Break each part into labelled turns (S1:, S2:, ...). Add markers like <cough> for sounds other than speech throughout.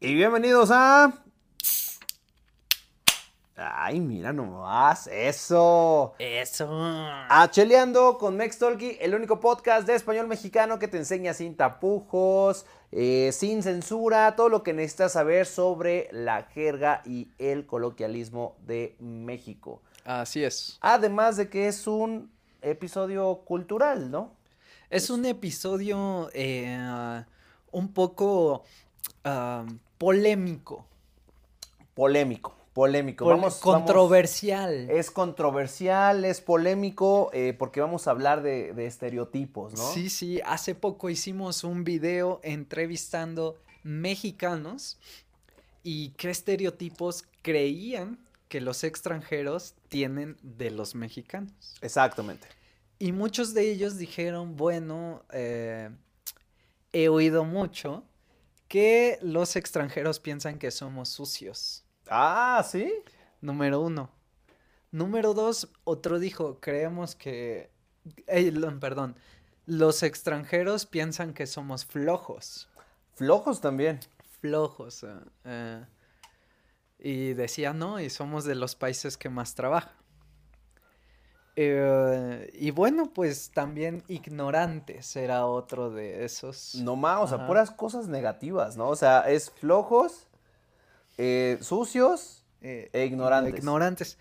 S1: bienvenidos a... Ay, mira nomás, eso.
S2: Eso.
S1: A Cheleando con Mex Talkie, el único podcast de español mexicano que te enseña sin tapujos, eh, sin censura, todo lo que necesitas saber sobre la jerga y el coloquialismo de México.
S2: Así es.
S1: Además de que es un episodio cultural, ¿no?
S2: Es un episodio eh, un poco ah, polémico,
S1: Polémico, polémico.
S2: pol-
S1: Vamos- vamos-
S2: controversial.
S1: Es controversial, es polémico, eh, porque vamos a hablar de, de estereotipos, ¿no?
S2: Sí, sí, hace poco hicimos un video entrevistando mexicanos y qué estereotipos creían que los extranjeros tienen de los mexicanos.
S1: Exactamente.
S2: Y muchos de ellos dijeron, bueno, eh, he oído mucho que los extranjeros piensan que somos sucios.
S1: Ah, ¿sí?
S2: Número uno. Número dos, otro dijo, creemos que... eh, lo- perdón, los extranjeros piensan que somos flojos.
S1: Flojos también.
S2: Flojos. eh, eh. Y decía, no, y somos de los países que más trabaja. Eh, y bueno, pues también ignorantes era otro de esos.
S1: No más, o sea,
S2: Ajá.
S1: puras cosas negativas, ¿no? O sea, es flojos, eh, sucios
S2: eh,
S1: e ignorantes.
S2: Ignorantes.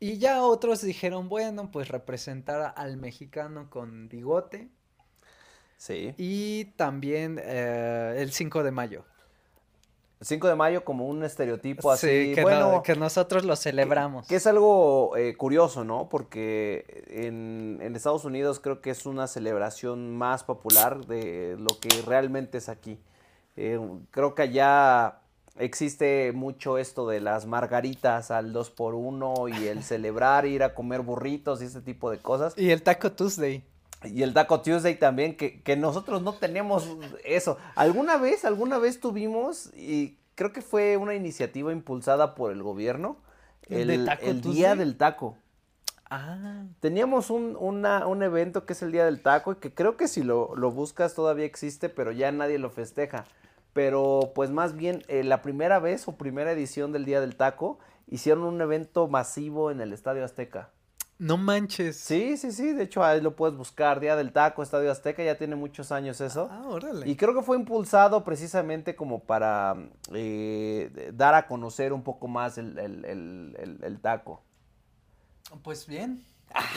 S2: Y ya otros dijeron, bueno, pues representar al mexicano con bigote.
S1: sí.
S2: Y también eh, el 5 de mayo.
S1: 5 de mayo como un estereotipo así.
S2: Sí, que, no-
S1: bueno,
S2: que nosotros lo celebramos.
S1: Que es algo eh, curioso, ¿no? Porque en, en Estados Unidos creo que es una celebración más popular de lo que realmente es aquí. Eh, creo que allá existe mucho esto de las margaritas al 2x1 y el celebrar, ir a comer burritos y este tipo de cosas.
S2: Y el Taco Tuesday.
S1: Y el Taco Tuesday también, que, que nosotros no tenemos eso. Alguna vez, alguna vez tuvimos, y creo que fue una iniciativa impulsada por el gobierno,
S2: ¿El
S1: el,
S2: de Taco
S1: el Día
S2: Tuesday?
S1: del Taco.
S2: Ah,
S1: Teníamos un, una- un evento que es el Día del Taco, y que creo que si lo, lo buscas todavía existe, pero ya nadie lo festeja. Pero pues más bien, eh, la primera vez o primera edición del Día del Taco, hicieron un evento masivo en el Estadio Azteca.
S2: no manches.
S1: Sí, sí, sí, de hecho ahí lo puedes buscar, Día del Taco, Estadio Azteca, ya tiene muchos años eso.
S2: Ah, órale.
S1: Y creo que fue impulsado precisamente como para eh, de- dar a conocer un poco más el, el- el- el- el taco.
S2: Pues bien.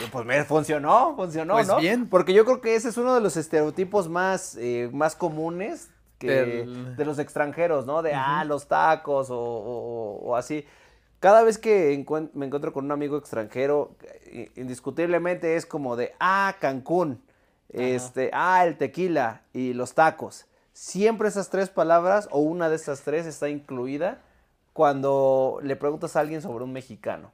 S1: Y Pues me funcionó, funcionó,
S2: Pues
S1: ¿no?
S2: bien.
S1: Porque yo creo que ese es uno de los estereotipos más, eh, más comunes que
S2: Del-
S1: de los extranjeros, ¿no? De, ah, los tacos o, o- o así. Cada vez que encuen- me encuentro con un amigo extranjero, eh, indiscutiblemente es como de, ah, Cancún, este, ah, el tequila y los tacos. Siempre esas tres palabras o una de esas tres está incluida cuando le preguntas a alguien sobre un mexicano.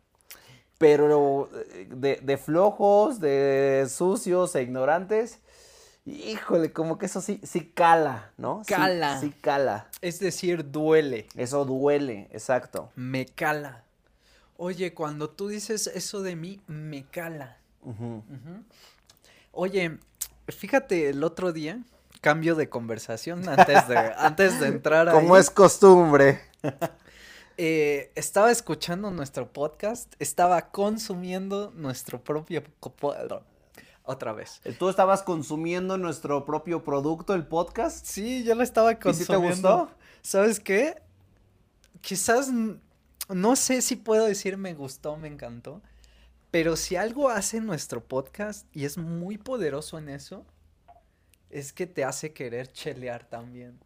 S1: Pero eh, de, de flojos, de sucios e ignorantes, híjole, como que eso sí, sí cala, ¿no? Sí-
S2: Cala.
S1: Sí, cala.
S2: Es decir, duele.
S1: Eso duele, exacto.
S2: Me cala. Oye, cuando tú dices eso de mí, me cala.
S1: Ujú.
S2: Ujú. Oye, fíjate, el otro día, cambio de conversación antes <laughs> de, antes de entrar ahí.
S1: Como es costumbre.
S2: Eh, estaba escuchando nuestro podcast, estaba consumiendo nuestro propio... co- po- Otra vez.
S1: Eh, Tú estabas consumiendo nuestro propio producto, el podcast.
S2: Sí, yo lo estaba
S1: te
S2: consumiendo.
S1: gustó?
S2: ¿Sabes qué? Quizás n- no sé si puedo decir me gustó, me encantó, pero si algo hace nuestro podcast y es muy poderoso en eso, es que te hace querer chelear también.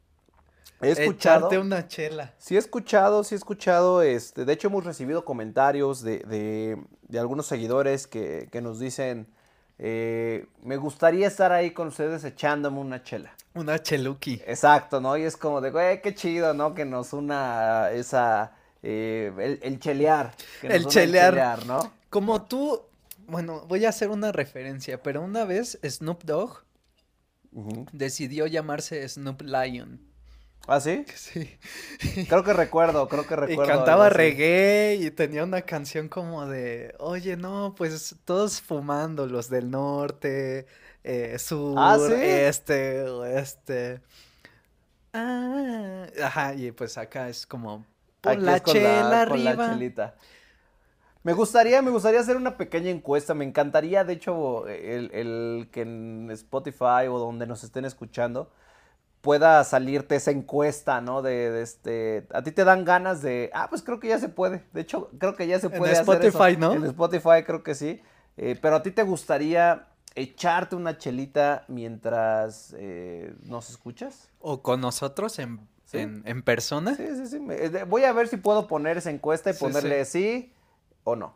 S1: He escuchado.
S2: Echarte una chela.
S1: Sí he escuchado, sí he escuchado, este, de hecho hemos recibido comentarios de, de- de algunos seguidores que, que nos dicen, eh, me gustaría estar ahí con ustedes echándome una chela.
S2: Una cheluki.
S1: Exacto, ¿no? Y es como de, güey, qué chido, ¿no? Que nos una esa, eh, el, el chelear. que nos
S2: El
S1: una
S2: chelear.
S1: ¿no?
S2: Como tú, bueno, voy a hacer una referencia, pero una vez Snoop Dogg decidió llamarse Snoop Lion.
S1: ¿Ah, <laughs> sí?
S2: Sí.
S1: Creo que recuerdo, creo que
S2: Y
S1: recuerdo. algo
S2: cantaba
S1: así.
S2: reggae y tenía una canción como de, oye, no, pues todos fumando, los del norte, eh, sur,
S1: Ah, ¿sí?
S2: este, oeste. ah, ajá, y pues acá es como
S1: Aquí
S2: pon la
S1: es con
S2: chela
S1: la, con la
S2: arriba.
S1: chelita. Me gustaría, me gustaría hacer una pequeña encuesta. Me encantaría, de hecho, el, el que en Spotify o donde nos estén escuchando pueda salirte esa encuesta, ¿no? De, de este, a ti te dan ganas de, ah, pues creo que ya se puede. De hecho, creo que ya se
S2: En
S1: puede hacer eso.
S2: Spotify, ¿no?
S1: En Spotify creo que sí. Eh, pero a ti te gustaría echarte una chelita mientras eh, nos escuchas.
S2: o con nosotros en,
S1: Sí.
S2: en, en persona.
S1: Sí, sí, sí. me- eh, de- Voy a ver si puedo poner esa encuesta y
S2: Sí,
S1: ponerle sí. o no.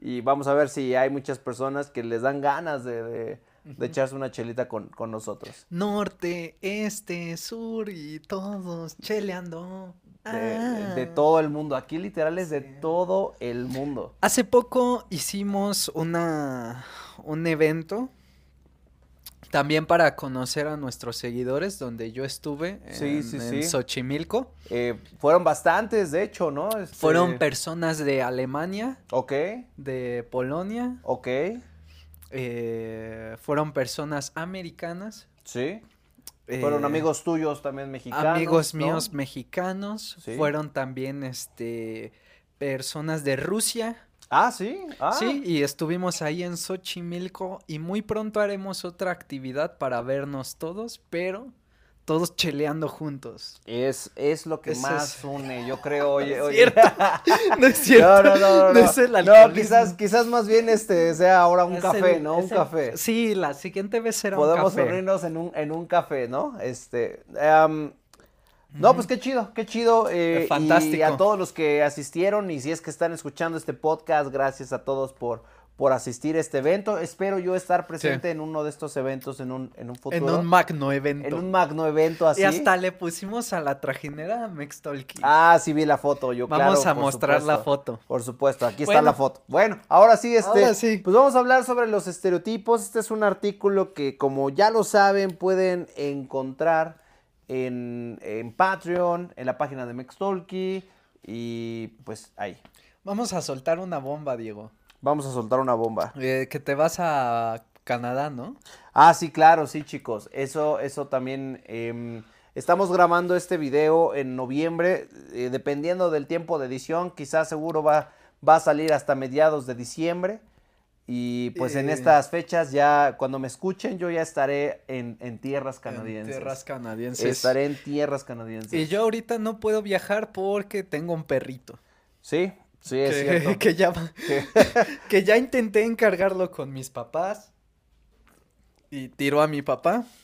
S1: Y vamos a ver si hay muchas personas que les dan ganas de, de- de echarse una chelita con, con nosotros.
S2: Norte, este, sur y todos cheleando.
S1: De, de- de
S2: Ah.
S1: todo el mundo. Aquí literal es de
S2: Sí.
S1: todo el mundo.
S2: Hace poco hicimos una, un evento también para conocer a nuestros seguidores, donde yo estuve
S1: Sí,
S2: en,
S1: sí,
S2: en
S1: sí.
S2: Xochimilco.
S1: Eh, fueron bastantes, de hecho, ¿no? Este,
S2: Fueron personas de Alemania,
S1: Ok,
S2: de Polonia,
S1: ok,
S2: eh, fueron personas americanas.
S1: sí.
S2: eh,
S1: Fueron amigos tuyos también mexicanos.
S2: amigos
S1: ¿no?
S2: míos mexicanos.
S1: Sí.
S2: Fueron también este, personas de Rusia.
S1: Ah, sí. Ah,
S2: Sí, y estuvimos ahí en Xochimilco y muy pronto haremos otra actividad para vernos todos, pero todos cheleando juntos.
S1: Es, es lo que
S2: Eso
S1: más
S2: es-
S1: une, yo creo.
S2: <laughs>
S1: Oye,
S2: es
S1: oye.
S2: cierto. <laughs>
S1: <laughs>
S2: No es
S1: No,
S2: cierto.
S1: no, no, no, no.
S2: es el
S1: No,
S2: alcoholismo.
S1: quizás, quizás más bien este sea ahora un
S2: Es
S1: café,
S2: el-
S1: ¿no? Un
S2: es el-
S1: café.
S2: Sí, la siguiente vez será
S1: Podemos
S2: un café.
S1: reunirnos en un, en un café, ¿no? Este. em, no, pues qué chido, qué chido. eh, y
S2: Fantástico.
S1: a todos los que asistieron y si es que están escuchando este podcast, gracias a todos por, por asistir a este evento. Espero yo estar presente en uno de estos eventos en un, en un
S2: En
S1: futuro.
S2: un magno evento.
S1: en un magno evento así.
S2: Y hasta le pusimos a la trajinera a Mextolki.
S1: Ah, sí vi la foto, yo
S2: Vamos
S1: claro,
S2: a
S1: por
S2: mostrar la
S1: supuesto.
S2: foto.
S1: Por supuesto, aquí está
S2: Bueno.
S1: la foto. Bueno, ahora sí, este,
S2: Ahora sí.
S1: pues vamos a hablar sobre los estereotipos. Este es un artículo que, como ya lo saben, pueden encontrar en, en Patreon, en la página de Mextolki y pues ahí.
S2: Vamos a soltar una bomba, Diego.
S1: Vamos a soltar una bomba.
S2: Eh, que te vas a Canadá, ¿no?
S1: Ah, sí, claro, sí, chicos. Eso, eso también. em, estamos grabando este video en noviembre. eh, dependiendo del tiempo de edición, quizás seguro va, va a salir hasta mediados de diciembre. Y pues en
S2: Eh.
S1: estas fechas ya, cuando me escuchen, yo ya estaré en, en tierras canadienses.
S2: En tierras canadienses.
S1: Estaré en tierras
S2: Y
S1: canadienses.
S2: yo ahorita no puedo viajar porque tengo un perrito.
S1: Sí, sí, es
S2: que,
S1: cierto.
S2: <laughs> que ya, va- que ya intenté encargarlo con mis papás. Y tiró a mi papá.
S1: <laughs>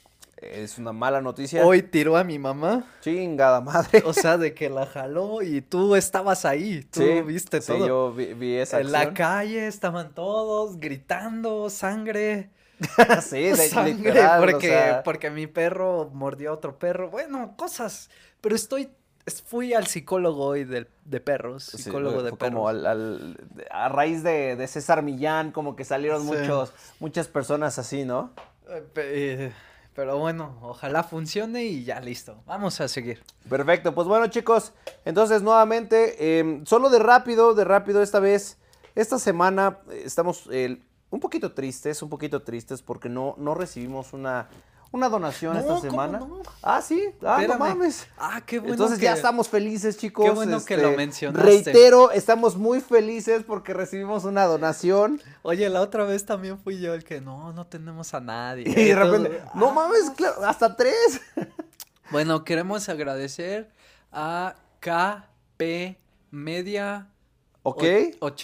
S1: Es una mala noticia.
S2: Hoy tiró a mi mamá.
S1: <laughs> Chingada madre.
S2: O sea, de que la jaló y tú estabas ahí. <laughs> Tú
S1: Sí,
S2: viste
S1: sí,
S2: todo.
S1: yo vi, vi esa
S2: en la
S1: acción.
S2: calle estaban todos gritando, sangre,
S1: <laughs>
S2: <laughs>
S1: Sí, de-
S2: sangre,
S1: literal, o
S2: porque,
S1: sea.
S2: porque mi perro mordió a otro perro. Bueno, cosas. Pero estoy, es- fui al psicólogo hoy del- de, perros,
S1: Sí,
S2: psicólogo
S1: fue-
S2: de
S1: fue
S2: perros.
S1: Como al- al- de- a raíz de, de César Millán, como que salieron
S2: Sí.
S1: muchos, muchas personas así, ¿no?
S2: Eh, pe- eh, Pero bueno, ojalá funcione y ya listo. Vamos a seguir.
S1: Perfecto, pues bueno chicos, entonces nuevamente, eh, solo de rápido, de rápido esta vez, esta semana eh, estamos eh, un poquito tristes, un poquito tristes porque no, no recibimos una, una donación
S2: No,
S1: esta
S2: ¿cómo
S1: semana.
S2: no?
S1: Ah, sí, ah, no
S2: Espérame.
S1: mames.
S2: Ah, qué bueno
S1: Entonces
S2: que-
S1: ya estamos felices, chicos. este,
S2: qué bueno que lo mencionaste.
S1: Reitero, estamos muy felices porque recibimos una donación.
S2: Oye, la otra vez también fui yo el que no, no tenemos a nadie.
S1: <laughs> Y de repente,
S2: Entonces,
S1: no
S2: ah.
S1: mames, claro, hasta tres.
S2: Bueno, queremos agradecer a KP Media
S1: Ok.
S2: och-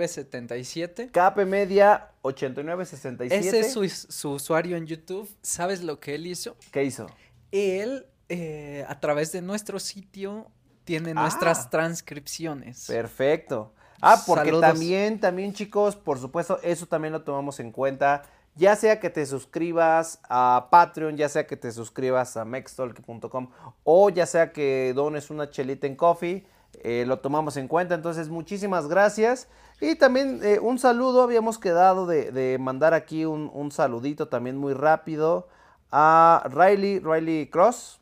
S2: 8977.
S1: KP Media 8967.
S2: Ese es su, su usuario en YouTube. ¿Sabes lo que él hizo?
S1: ¿Qué hizo?
S2: Él, eh, a través de nuestro sitio, tiene
S1: Ah.
S2: nuestras transcripciones.
S1: Perfecto. Ah, porque
S2: Saludos.
S1: también, también chicos, por supuesto, eso también lo tomamos en cuenta. Ya sea que te suscribas a Patreon, ya sea que te suscribas a mextalk.com o ya sea que dones una chelita en coffee, eh, lo tomamos en cuenta. Entonces, muchísimas gracias. Y también eh, un saludo, habíamos quedado de, de mandar aquí un, un saludito también muy rápido a Riley, Riley Cross.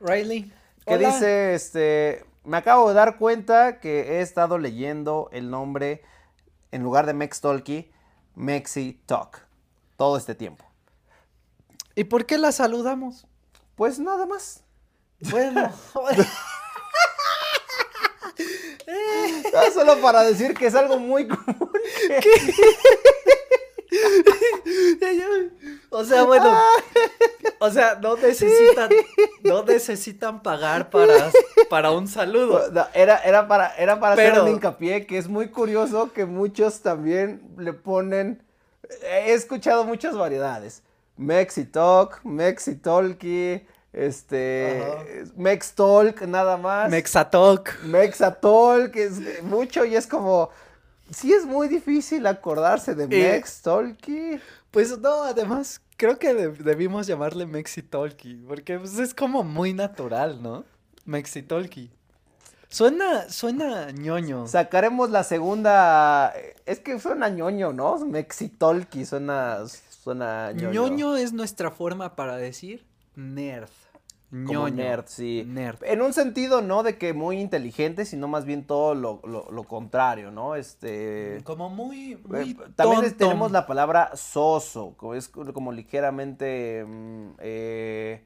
S2: Riley.
S1: que
S2: hola.
S1: dice, este, me acabo de dar cuenta que he estado leyendo el nombre en lugar de Mex Talkie, Mexi Talk, todo este tiempo.
S2: ¿Y por qué la saludamos?
S1: <laughs> Pues nada más.
S2: Bueno, <laughs>
S1: Ah, solo para decir que es algo muy común.
S2: o sea, bueno, <laughs> o sea, no necesitan, no necesitan pagar para, para un saludo.
S1: <laughs> No, Era, era para, era para
S2: Pero-
S1: hacer un hincapié que es muy curioso que muchos también le ponen. He escuchado muchas variedades. Mexi Talk, Mexi Talkie,
S2: Ajá.
S1: este. Mex Talk, nada más.
S2: Mexatalk.
S1: Mexatol, que es eh, mucho y es como. Sí, es muy difícil acordarse de
S2: Eh.
S1: Mextolki.
S2: Pues no, además, creo que deb- debimos llamarle Mexitalki, porque pues, es como muy natural, ¿no? Mexitalki. Suena, suena ñoño.
S1: Sacaremos la segunda. eh, Es que suena ñoño, ¿no? Mexitolki suena. Suena ñoño.
S2: ñoño es nuestra forma para decir nerd.
S1: Como
S2: ñoño.
S1: nerd, sí.
S2: Nerd.
S1: En un sentido, no de que muy inteligente, sino más bien todo lo, lo- lo contrario, ¿no? Este.
S2: Como muy, muy
S1: eh, También es-
S2: tonto.
S1: tenemos la palabra soso, co- es co- como ligeramente, mm, eh,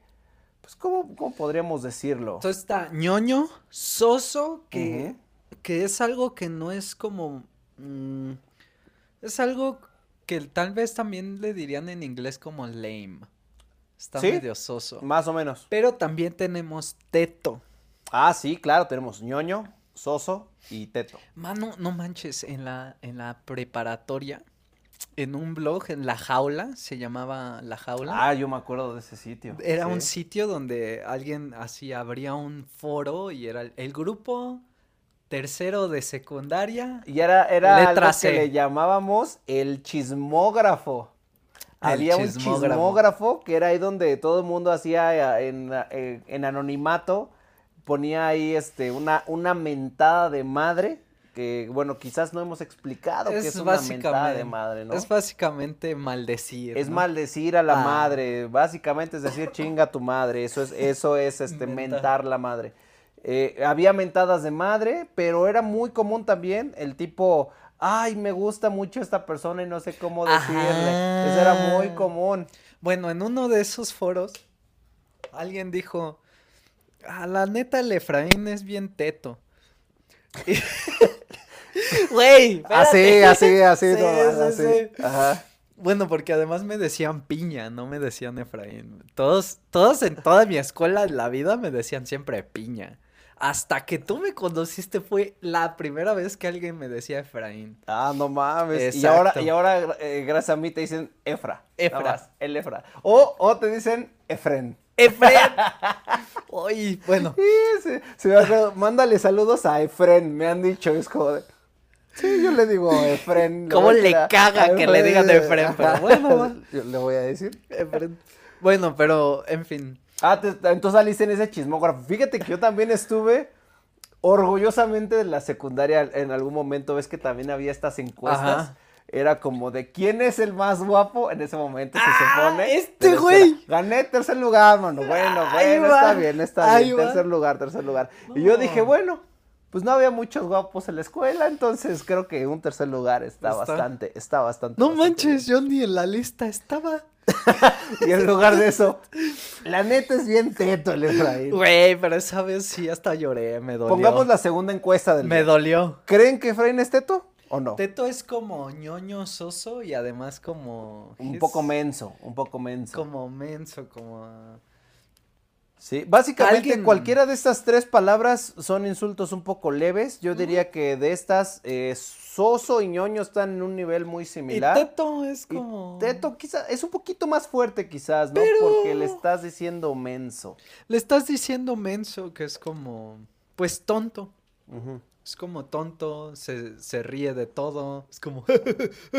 S1: pues, ¿cómo, cómo podríamos decirlo?
S2: Entonces está ñoño, soso, que,
S1: Ujú.
S2: que es algo que no es como... mm, es algo que tal vez también le dirían en inglés como lame. Está
S1: ¿Sí?
S2: medio soso.
S1: Más o menos.
S2: Pero también tenemos teto.
S1: Ah, sí, claro, tenemos ñoño, soso y teto.
S2: Mano, no manches, en la, en la preparatoria, en un blog, en La Jaula, se llamaba La Jaula.
S1: Ah, yo me acuerdo de ese sitio.
S2: Era un
S1: sí.
S2: sitio donde alguien así abría un foro y era el, el grupo tercero de secundaria.
S1: Y era, era
S2: Letra
S1: algo
S2: C.
S1: que le llamábamos el chismógrafo.
S2: El
S1: Había un
S2: chismógrafo.
S1: chismógrafo que era ahí donde todo el mundo hacía eh, en, eh, en anonimato, ponía ahí este una, una mentada de madre, que bueno, quizás no hemos explicado que es una mentada de madre, ¿no?
S2: es básicamente maldecir.
S1: Es
S2: ¿no?
S1: maldecir a la
S2: Ah.
S1: madre, básicamente es decir chinga a tu madre, eso es, eso es este,
S2: Mentar.
S1: mentar la madre. Eh, había mentadas de madre, pero era muy común también el tipo, ay, me gusta mucho esta persona y no sé cómo decirle. Eso era muy
S2: Ajá.
S1: común.
S2: Bueno, en uno de esos foros, alguien dijo, a la neta el Efraín es bien teto. <laughs> Y- <laughs> Güey,
S1: Así,
S2: espérate.
S1: así, <laughs> así,
S2: Sí,
S1: no,
S2: sí,
S1: así.
S2: sí.
S1: Ajá.
S2: Bueno, porque además me decían piña, no me decían Efraín. Todos, todos en toda mi escuela, en la vida, me decían siempre piña. Hasta que tú me conociste fue la primera vez que alguien me decía Efraín.
S1: Ah, no mames. Y ahora,
S2: Exacto.
S1: y ahora eh, gracias a mí te dicen Efra. nada
S2: Efra.
S1: más, el Efra. O, o te dicen Efren.
S2: <laughs> ¡Efraín! Oye, bueno,
S1: Sí, sí, sí, me acuerdo. Mándale saludos a Efren, me han dicho, es como de... Sí, yo le digo Efren. le
S2: ¿Cómo
S1: voy a
S2: le
S1: decir a-
S2: caga
S1: a
S2: que le digan Efren? Pero
S1: Ajá.
S2: bueno, va.
S1: <laughs> Yo le voy a decir.
S2: Efraín. Bueno, pero en fin.
S1: Ah, te- entonces saliste en ese chismógrafo. Fíjate que yo también estuve orgullosamente de la secundaria en algún momento. Ves que también había estas encuestas.
S2: Ajá.
S1: Era como de quién es el más guapo en ese momento, se
S2: Ah,
S1: supone.
S2: este
S1: Pero espera,
S2: güey.
S1: Gané tercer lugar, mano. Bueno,
S2: Ahí
S1: bueno,
S2: va,
S1: está bien, está
S2: ahí
S1: bien.
S2: va.
S1: Tercer lugar, tercer lugar. Y yo dije,
S2: No.
S1: bueno, pues no había muchos guapos en la escuela, entonces creo que un tercer lugar está,
S2: Está.
S1: bastante, está bastante.
S2: No
S1: bastante bien".
S2: manches, yo ni en la lista estaba.
S1: Y en lugar de eso, la neta es bien teto el
S2: <laughs>
S1: Efraín.
S2: Güey, pero esa vez sí hasta lloré, me dolió.
S1: Pongamos la segunda encuesta del
S2: Me
S1: día.
S2: dolió.
S1: ¿Creen que Efraín es teto o no?
S2: Teto es como ñoño soso y además como...
S1: Un
S2: es
S1: poco menso, un poco menso.
S2: Como menso, como...
S1: Sí, básicamente
S2: Alguien-
S1: cualquiera de estas tres palabras son insultos un poco leves. Yo diría que de estas, eh, soso y ñoño están en un nivel muy similar.
S2: Y teto es
S1: Y
S2: como...
S1: teto quizás es un poquito más fuerte quizás, ¿no?
S2: Pero-
S1: Porque le estás diciendo menso.
S2: Le estás diciendo menso que es como... Pues tonto.
S1: Ujú.
S2: Es como tonto, se, se ríe de todo. Es como... <laughs>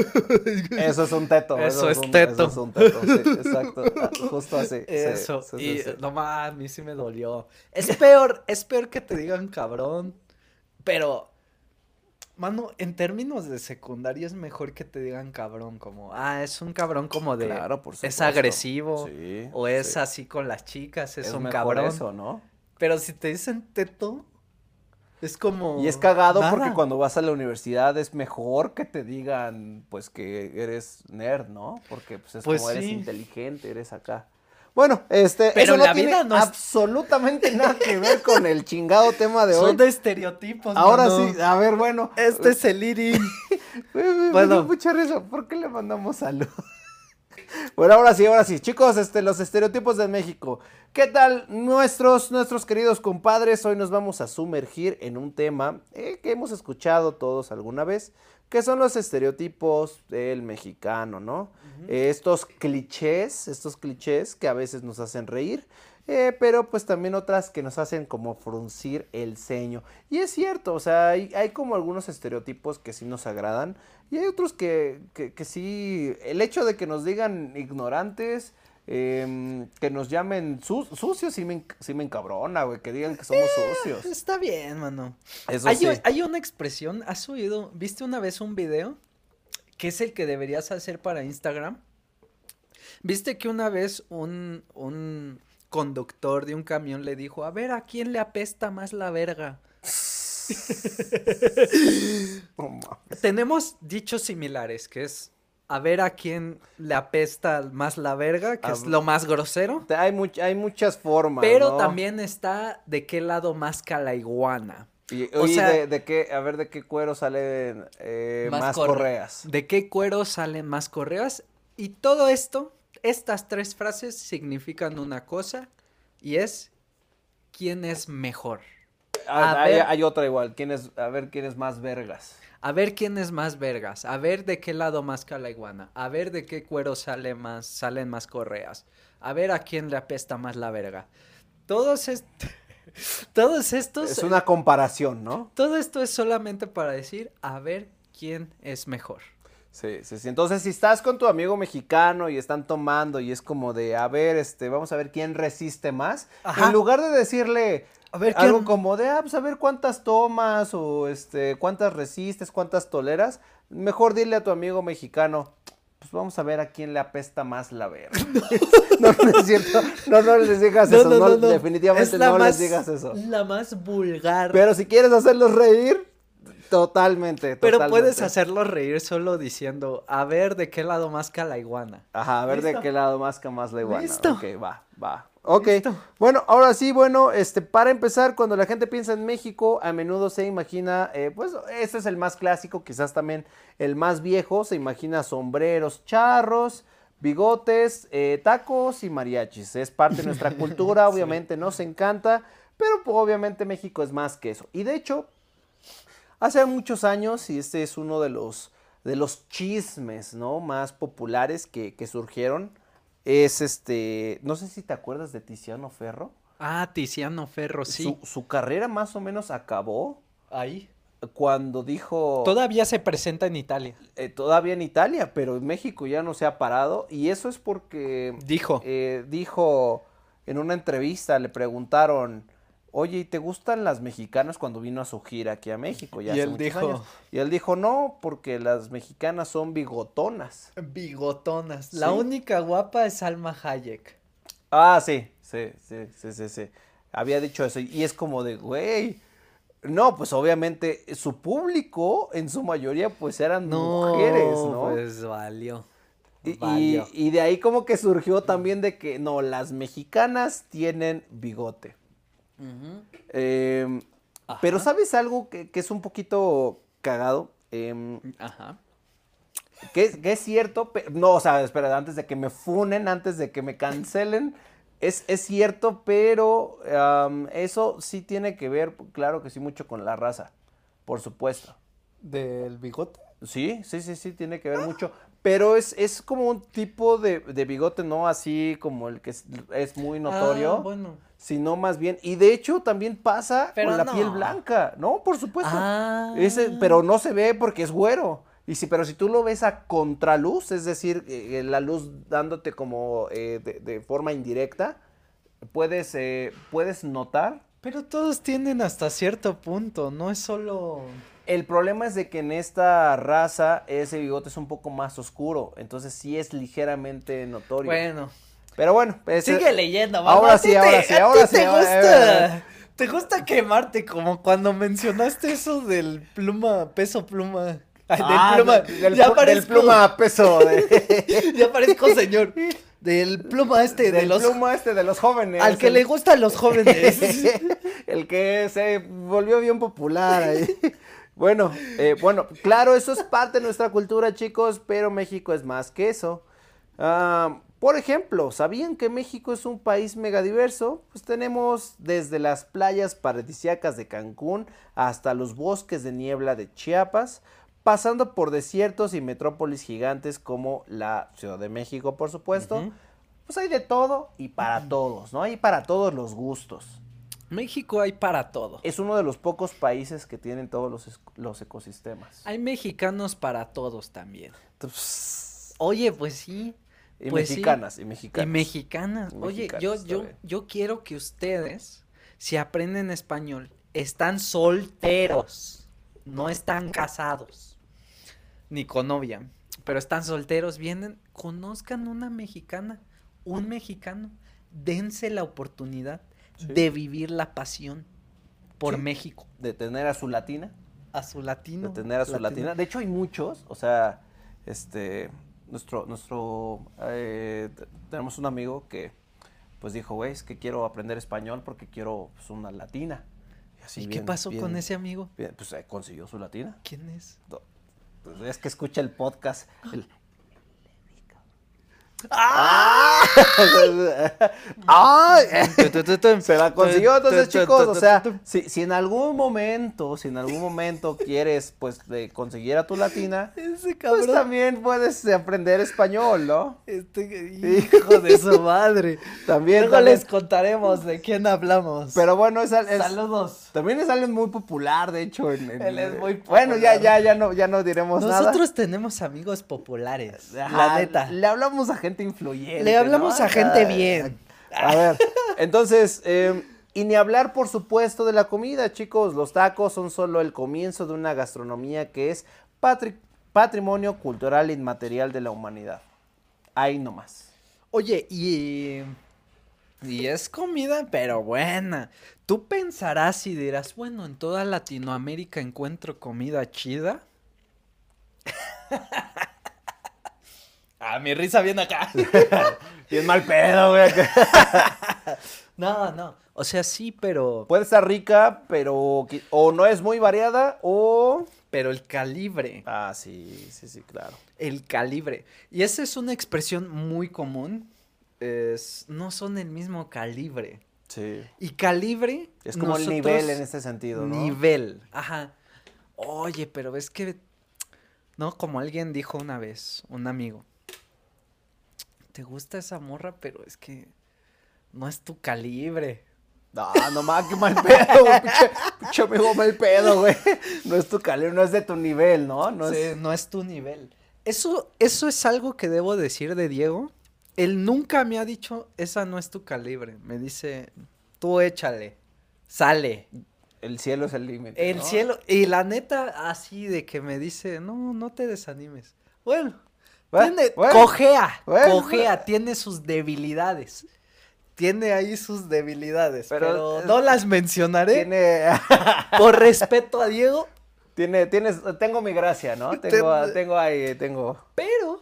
S1: Eso es un teto.
S2: Eso es
S1: un-
S2: teto.
S1: Eso es un teto, sí, exacto. ah, Justo así. sí,
S2: Eso,
S1: sí,
S2: y
S1: sí, sí.
S2: no mames, a mí sí me dolió. Es peor, es peor que te digan cabrón, pero, mano, en términos de secundaria es mejor que te digan cabrón, como, ah, es un cabrón como de,
S1: Claro, por
S2: es
S1: supuesto.
S2: agresivo,
S1: Sí,
S2: o es
S1: sí.
S2: así con las chicas, es,
S1: Es
S2: un
S1: mejor
S2: cabrón.
S1: eso, ¿no?
S2: Pero si te dicen teto, es como
S1: Y es cagado porque
S2: nada.
S1: cuando vas a la universidad es mejor que te digan, pues, que eres nerd, ¿no? Porque, pues, es
S2: Pues
S1: como eres
S2: sí.
S1: inteligente, eres acá. Bueno, este,
S2: Pero
S1: eso no
S2: la
S1: tiene
S2: vida no es-
S1: absolutamente nada que ver con el chingado tema de hoy.
S2: Son de estereotipos.
S1: Ahora
S2: mano.
S1: sí, ah, a ver, bueno.
S2: Este es <laughs> el Iri.
S1: Güey, me- me
S2: Bueno.
S1: dio mucha risa. ¿Por qué le mandamos salud? <laughs> Bueno, ahora sí, ahora sí. Chicos, este, los estereotipos de México. ¿Qué tal nuestros, nuestros queridos compadres? Hoy nos vamos a sumergir en un tema eh, que hemos escuchado todos alguna vez, que son los estereotipos del mexicano, ¿no? Eh, estos clichés, estos clichés que a veces nos hacen reír, eh, pero pues también otras que nos hacen como fruncir el ceño. Y es cierto, o sea, hay, hay como algunos estereotipos que sí nos agradan y hay otros que, que, que sí, el hecho de que nos digan ignorantes, em, que nos llamen su- sucios, sí me, enc- sí me encabrona, güey, que digan que somos sucios.
S2: Está bien, mano.
S1: Eso
S2: Hay,
S1: sí.
S2: u- hay una expresión, ¿has oído? ¿Viste una vez un video? Que es el que deberías hacer para Instagram. ¿Viste que una vez un, un conductor de un camión le dijo, a ver, ¿a quién le apesta más la verga?
S1: No mames.
S2: Tenemos dichos similares, que es, a ver, ¿a quién le apesta más la verga? Que
S1: A
S2: es
S1: ver.
S2: lo más grosero.
S1: Hay, much- hay muchas formas.
S2: Pero
S1: ¿no?
S2: también está de qué lado más la iguana.
S1: Y,
S2: O
S1: oye,
S2: sea-
S1: de, de qué, a ver, ¿de qué cuero salen eh, más,
S2: Más corre-
S1: correas?
S2: ¿De qué cuero salen más correas? Y todo esto, estas tres frases significan una cosa y es ¿quién es mejor?
S1: Ah,
S2: A
S1: hay,
S2: ver.
S1: hay otra igual, ¿quién es, a ver quién es más vergas.
S2: A ver quién es más vergas, a ver de qué lado más la iguana, a ver de qué cuero sale más, salen más correas, a ver a quién le apesta más la verga. Todos, est- <laughs> todos estos...
S1: es una comparación, ¿no?
S2: Todo esto es solamente para decir a ver quién es mejor.
S1: Sí, sí, sí. Entonces, si estás con tu amigo mexicano y están tomando y es como de, a ver, este, vamos a ver quién resiste más,
S2: Ajá.
S1: en lugar de decirle
S2: A ver
S1: algo
S2: quién-
S1: como de, ah, pues a ver cuántas tomas o este, cuántas resistes, cuántas toleras, mejor dile a tu amigo mexicano, pues vamos a ver a quién le apesta más la
S2: <laughs>
S1: verga. <laughs> no, no es cierto. No, no les digas eso. no, definitivamente
S2: Es la
S1: no les
S2: más-
S1: digas eso.
S2: La más vulgar. Pero,
S1: Pero si quieres hacerlos reír, totalmente.
S2: puedes
S1: totalmente.
S2: hacerlo reír solo diciendo, a ver de qué lado más la iguana.
S1: Ajá, a ver de
S2: Listo.
S1: qué lado más que más la iguana.
S2: Listo.
S1: Ok, va, va. Ok.
S2: Listo.
S1: Bueno, ahora sí, bueno, este, para empezar, cuando la gente piensa en México, a menudo se imagina, eh, pues, este es el más clásico, quizás también el más viejo, se imagina sombreros, charros, bigotes, eh, tacos y mariachis. Es parte de <laughs> nuestra cultura, obviamente, nos encanta, pero pues, obviamente México es más que eso. Y de hecho, Hace muchos años, y este es uno de los, de los chismes, ¿no? Más populares que, que surgieron, es este, no sé si te acuerdas de Tiziano Ferro.
S2: Ah, Tiziano Ferro, sí.
S1: Su, su carrera más o menos acabó
S2: Ahí.
S1: cuando dijo,
S2: Todavía se presenta en Italia.
S1: eh, todavía en Italia, pero en México ya no se ha parado, y eso es porque
S2: Dijo.
S1: eh, dijo en una entrevista, le preguntaron, oye, ¿y te gustan las mexicanas cuando vino a su gira aquí a México? Ya
S2: Y
S1: hace
S2: él
S1: muchos
S2: dijo-
S1: años? Y él dijo, no, porque las mexicanas son bigotonas.
S2: Bigotonas.
S1: La
S2: La
S1: Sí.
S2: única guapa es Alma Hayek.
S1: Ah, sí, sí, sí, sí, sí, sí. Había dicho eso. Y es como de, güey. No, pues obviamente su público en su mayoría pues eran mujeres, ¿no?
S2: Pues valió.
S1: Y- y,
S2: valió.
S1: y de ahí como que surgió también de que, no, las mexicanas tienen bigote.
S2: Ujú.
S1: Em, pero
S2: Ajá.
S1: ¿sabes algo que, que es un poquito cagado? Em,
S2: Ajá.
S1: que, es- que es cierto, pe- no, o sea, espera, antes de que me funen, antes de que me cancelen, es, es cierto, pero am, eso sí tiene que ver, claro que sí, mucho con la raza, por supuesto.
S2: ¿Del bigote?
S1: Sí, sí, sí, sí, tiene que ver mucho. Pero es, es como un tipo de, de bigote, no así como el que es, es muy notorio,
S2: Ah, bueno.
S1: sino más bien. Y de hecho también pasa
S2: Pero
S1: con la
S2: no.
S1: piel blanca, ¿no? Por supuesto.
S2: Ah.
S1: Pues, Ese- pero no se ve porque es güero. Y si, pero si tú lo ves a contraluz, es decir, eh, eh, la luz dándote como eh, de, de forma indirecta, puedes, eh, puedes notar.
S2: Pero todos tienen hasta cierto punto, no es solo...
S1: El problema es de que en esta raza ese bigote es un poco más oscuro, entonces sí es ligeramente notorio.
S2: Bueno,
S1: Pero bueno, eh, ese- <laughs>
S2: sigue leyendo, mamá.
S1: ahora
S2: ¿A ti
S1: sí,
S2: te-
S1: ahora sí,
S2: a ti
S1: ahora sí,
S2: Te
S1: ahora-
S2: gusta, te gusta quemarte como cuando mencionaste eso del pluma, peso pluma. Ay, del
S1: Ah,
S2: pluma,
S1: del- del
S2: ya <laughs>
S1: pl- del
S2: parezco,
S1: eh, pluma a peso. de-
S2: ya parezco señor. Del pluma este, <laughs> de
S1: del
S2: los.
S1: pluma este de los jóvenes.
S2: Al que
S1: el-
S2: le gustan los
S1: <laughs>
S2: jóvenes.
S1: el que se volvió bien popular ahí. Bueno, eh, bueno, claro, eso es parte de nuestra cultura, chicos, pero México es más que eso. Ah, por ejemplo, ¿sabían que México es un país megadiverso? Pues tenemos desde las playas paradisíacas de Cancún hasta los bosques de niebla de Chiapas, pasando por desiertos y metrópolis gigantes como la Ciudad de México, por supuesto.
S2: Ujú.
S1: Pues hay de todo y para todos, ¿no? Hay para todos los gustos.
S2: México hay para todo.
S1: Es uno de los pocos países que tienen todos los, es- los ecosistemas.
S2: Hay mexicanos para todos también.
S1: Pss,
S2: Oye, pues sí.
S1: Y
S2: Pues sí.
S1: mexicanas, y
S2: Y
S1: mexicanas.
S2: mexicanas.
S1: Y
S2: Oye,
S1: mexicanas
S2: yo, yo,
S1: también.
S2: yo quiero que ustedes, si aprenden español, están solteros. No están casados. Ni con novia. Pero están solteros. Vienen, conozcan una mexicana, un mexicano. Dense la oportunidad
S1: Sí.
S2: de vivir la pasión por
S1: Sí.
S2: México.
S1: de tener a su latina.
S2: A su latino.
S1: de tener a su
S2: latino.
S1: latina. De hecho, hay muchos. O sea, este. Nuestro. nuestro eh, t- tenemos un amigo que. Pues dijo, güey, es que quiero aprender español porque quiero pues, una latina. Y, así
S2: ¿Y qué
S1: bien-
S2: pasó
S1: bien-
S2: con ese amigo?
S1: bien, pues eh, consiguió su latina.
S2: ¿Quién es?
S1: No, pues, es que escucha el podcast. el- ¡Ah! <laughs> Se la consiguió, entonces chicos, o sea, si, si en algún momento, si en algún momento quieres, pues, de conseguir a tu latina, pues
S2: Ese cabrón.
S1: también puedes aprender español, ¿no?
S2: Este, hijo de su madre.
S1: <laughs> También,
S2: Luego
S1: también.
S2: les contaremos de quién hablamos.
S1: pero bueno, es, al- es-
S2: Saludos.
S1: también es alguien muy popular, de hecho. en- en-
S2: Él es muy
S1: Bueno, ya,
S2: popular.
S1: ya, ya no, ya no
S2: pues
S1: diremos nada.
S2: Nosotros tenemos amigos populares. la
S1: Ajá,
S2: neta.
S1: Le hablamos a gente influyente.
S2: Le hablamos
S1: ¿no?
S2: a gente
S1: Ah,
S2: bien.
S1: A ver, entonces, eh, y ni hablar, por supuesto, de la comida, chicos. Los tacos son solo el comienzo de una gastronomía que es patri- patrimonio cultural inmaterial de la humanidad. Ahí nomás.
S2: Oye, y. Y es comida, pero buena. Tú pensarás y dirás, bueno, en toda Latinoamérica encuentro comida chida. <laughs> ah, mi risa viene <laughs> acá.
S1: Bien mal pedo, güey.
S2: no, no. O sea, sí, pero.
S1: <laughs> Puede estar rica, pero qui- o no es muy variada o...
S2: Pero el calibre.
S1: Ah, sí, sí, sí, claro.
S2: El calibre. Y esa es una expresión muy común. Es, no son el mismo calibre.
S1: Sí.
S2: Y calibre.
S1: Es como el
S2: nosotros-
S1: nivel en este sentido, ¿no?
S2: Nivel, ajá. Oye, pero es que, no, como alguien dijo una vez, un amigo, te gusta esa morra, pero es que no es tu calibre.
S1: No, nomás, qué mal pedo, <laughs> güey. Pinche, pinche amigo mal pedo, güey. No es tu calibre, no es de tu nivel, ¿no? No
S2: No,
S1: es...
S2: es, no es tu nivel. Eso, eso es algo que debo decir de Diego. Él nunca me ha dicho, esa no es tu calibre. Me dice, tú échale, sale.
S1: El cielo es el límite.
S2: El
S1: ¿no?
S2: cielo, y la neta, así de que me dice, no, no te desanimes. Bueno,
S1: Bueno,
S2: tiene-
S1: bueno,
S2: cojea,
S1: bueno,
S2: cojea,
S1: bueno.
S2: tiene sus debilidades. Tiene ahí sus debilidades,
S1: Pero,
S2: pero,
S1: eh,
S2: no las mencionaré.
S1: Tiene, <laughs>
S2: Por respeto a Diego,
S1: tiene, tienes, tengo mi gracia, ¿no?
S2: Te-
S1: Tengo, tengo ahí, tengo.
S2: pero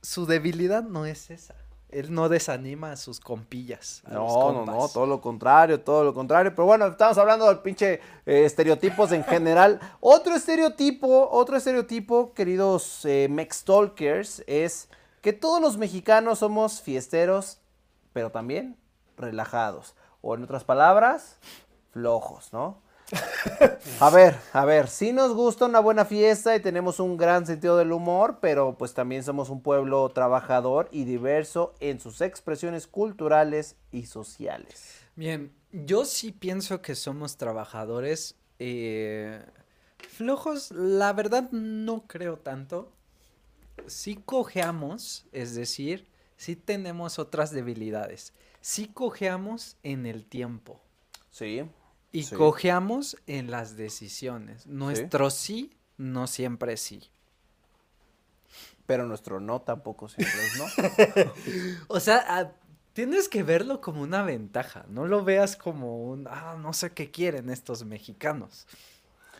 S2: su debilidad no es esa. Él no desanima a sus compillas. a los
S1: No, no, no,
S2: compas.
S1: todo lo contrario, todo lo contrario. Pero bueno, estamos hablando del pinche eh, estereotipos en general. <laughs> otro estereotipo, otro estereotipo, queridos eh, Mextalkers, es que todos los mexicanos somos fiesteros, pero también relajados. O en otras palabras, flojos, ¿no? A ver, a ver, sí nos gusta una buena fiesta y tenemos un gran sentido del humor, pero pues también somos un pueblo trabajador y diverso en sus expresiones culturales y sociales.
S2: Bien, yo sí pienso que somos trabajadores. eh, flojos, la verdad no creo tanto. Sí cojeamos, es decir, sí tenemos otras debilidades. Sí cojeamos en el tiempo
S1: Sí.
S2: y
S1: Sí.
S2: cojeamos en las decisiones. Nuestro sí, no siempre es sí.
S1: Pero nuestro no tampoco siempre es no.
S2: O sea, ah, tienes que verlo como una ventaja. No lo veas como un, ah, no sé qué quieren estos mexicanos.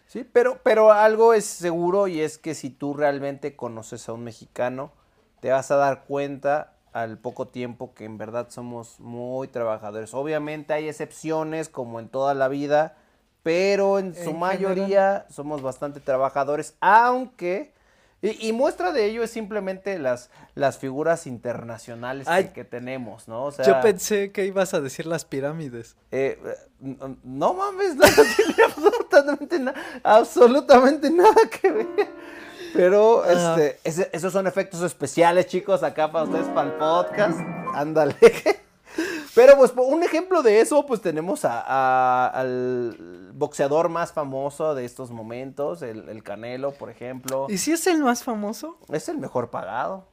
S1: Sí, pero, pero algo es seguro y es que si tú realmente conoces a un mexicano, te vas a dar cuenta al poco tiempo que en verdad somos muy trabajadores. Obviamente hay excepciones como en toda la vida, pero en su
S2: En
S1: mayoría
S2: general.
S1: somos bastante trabajadores, aunque... Y, y muestra de ello es simplemente las, las figuras internacionales que-
S2: Ay.
S1: que, tenemos, ¿no? O sea,
S2: Yo pensé que ibas a decir las pirámides.
S1: eh, n- n- no mames, no, no tiene <laughs> absolutamente, na- absolutamente nada que ver. Pero
S2: Ah.
S1: este, ese- esos son efectos especiales, chicos, acá para ustedes, para el podcast. Ándale. <laughs> Pero pues un ejemplo de eso, pues tenemos a- a- al boxeador más famoso de estos momentos, el, el Canelo, por ejemplo.
S2: ¿Y si es el más famoso?
S1: Es el mejor pagado.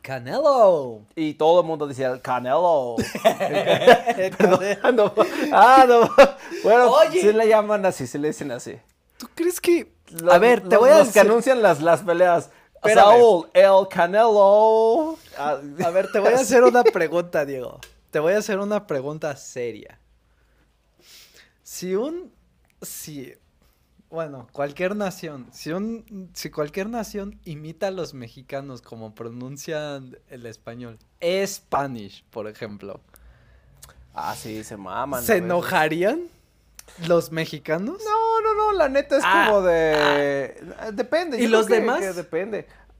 S2: Canelo.
S1: Y todo el mundo dice, el
S2: <laughs>
S1: Canelo. <laughs> Ah, no, ah, no. <laughs> Bueno,
S2: Oye.
S1: sí le llaman así, sí le dicen así.
S2: <laughs> ¿Tú crees que...
S1: Los-
S2: a ver, te
S1: los-
S2: voy a
S1: los que
S2: decir...
S1: anuncian las, las peleas.
S2: Espérame.
S1: Saúl, el Canelo. Ah,
S2: A ver, te voy a hacer una pregunta, Diego. Te voy a hacer una pregunta seria. Si un... Si... Bueno, cualquier nación, si un, si cualquier nación imita a los mexicanos como pronuncian el español, Spanish, por ejemplo,
S1: <laughs> Ah, sí, se maman.
S2: ¿se
S1: güey.
S2: enojarían los mexicanos?
S1: No, no, no, la neta es
S2: Ah,
S1: como de... eh, Depende.
S2: ¿Y
S1: yo creo
S2: los
S1: que-
S2: demás?
S1: que depende.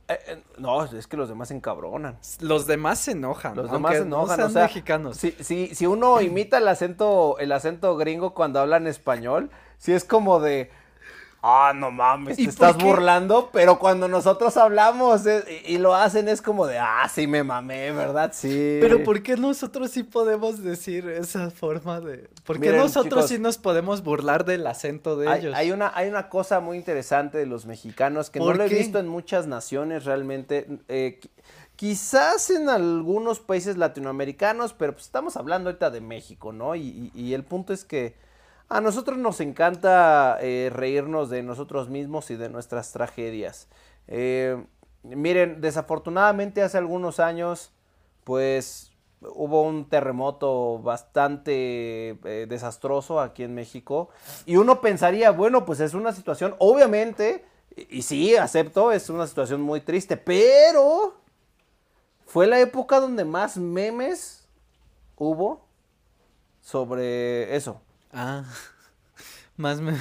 S1: Eh, eh, no, es que los demás se encabronan.
S2: Los demás se enojan.
S1: Los demás
S2: aunque
S1: se enojan,
S2: no
S1: o
S2: sean
S1: sea,
S2: mexicanos.
S1: Si, si, si uno
S2: <clears throat>
S1: imita el acento, el acento gringo cuando hablan español, si es como de, ah, no mames,
S2: ¿Y
S1: te
S2: por
S1: estás
S2: qué?
S1: burlando, pero cuando nosotros hablamos eh, y, y lo hacen es como de, ah, sí me mamé, ¿verdad? Sí.
S2: Pero ¿por qué nosotros sí podemos decir esa forma de...? ¿Por qué
S1: Miren,
S2: nosotros
S1: chicos,
S2: sí nos podemos burlar del acento de
S1: hay,
S2: ellos?
S1: hay una, hay una cosa muy interesante de los mexicanos que no
S2: ¿Por
S1: lo he
S2: qué?
S1: visto en muchas naciones realmente. eh, qui- quizás en algunos países latinoamericanos, pero pues estamos hablando ahorita de México, ¿no? Y, y- y el punto es que a nosotros nos encanta eh, reírnos de nosotros mismos y de nuestras tragedias. Eh, miren, desafortunadamente hace algunos años, pues hubo un terremoto bastante eh, desastroso aquí en México y uno pensaría, bueno, pues es una situación, obviamente, y, y sí, acepto, es una situación muy triste, pero fue la época donde más memes hubo sobre eso.
S2: Ah, <laughs> más me...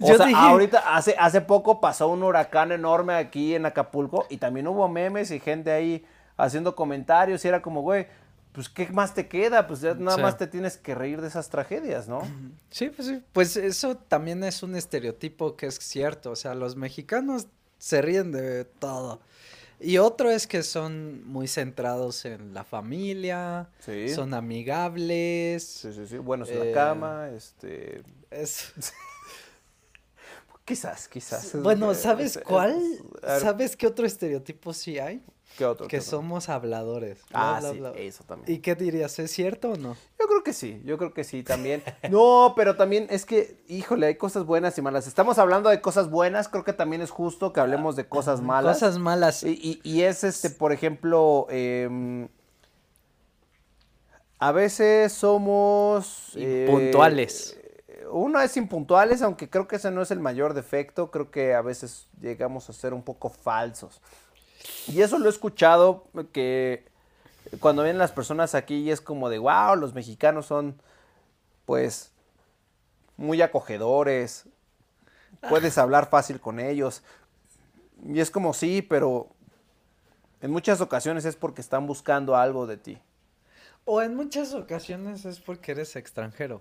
S1: O
S2: Yo
S1: sea,
S2: dije,
S1: ahorita, hace, hace poco pasó un huracán enorme aquí en Acapulco y también hubo memes y gente ahí haciendo comentarios y era como, güey, pues, ¿qué más te queda? Pues ya nada
S2: Sí.
S1: más te tienes que reír de esas tragedias,
S2: <clears throat>
S1: ¿no?
S2: Sí, pues sí, pues eso también es un estereotipo que es cierto, o sea, los mexicanos se ríen de todo. Y otro es que son muy centrados en la familia,
S1: Sí.
S2: son amigables,
S1: Sí, sí, sí. Bueno, es
S2: Eh,
S1: la cama, este... <laughs>
S2: es...
S1: Quizás, quizás.
S2: Bueno,
S1: Eh,
S2: ¿sabes
S1: eh,
S2: cuál?
S1: a ver,
S2: ¿Sabes qué otro estereotipo sí hay?
S1: ¿Qué otro? qué
S2: Que
S1: otro?
S2: somos habladores. bla,
S1: Ah,
S2: bla,
S1: sí,
S2: bla.
S1: eso también.
S2: ¿Y qué dirías? ¿Es cierto o no?
S1: Yo creo que sí, yo creo que sí también. <laughs> No, pero también es que, híjole, hay cosas buenas y malas. Estamos hablando de cosas buenas, creo que también es justo que hablemos de cosas malas.
S2: Cosas malas.
S1: Y, y- y es este, por ejemplo, em, a veces somos... eh,
S2: Impuntuales.
S1: uno es impuntuales, aunque creo que ese no es el mayor defecto, creo que a veces llegamos a ser un poco falsos. Y eso lo he escuchado que cuando vienen las personas aquí y es como de, wow, los mexicanos son pues muy acogedores, puedes hablar fácil con ellos. Y es como sí, pero en muchas ocasiones es porque están buscando algo de ti.
S2: O en muchas ocasiones es porque eres extranjero.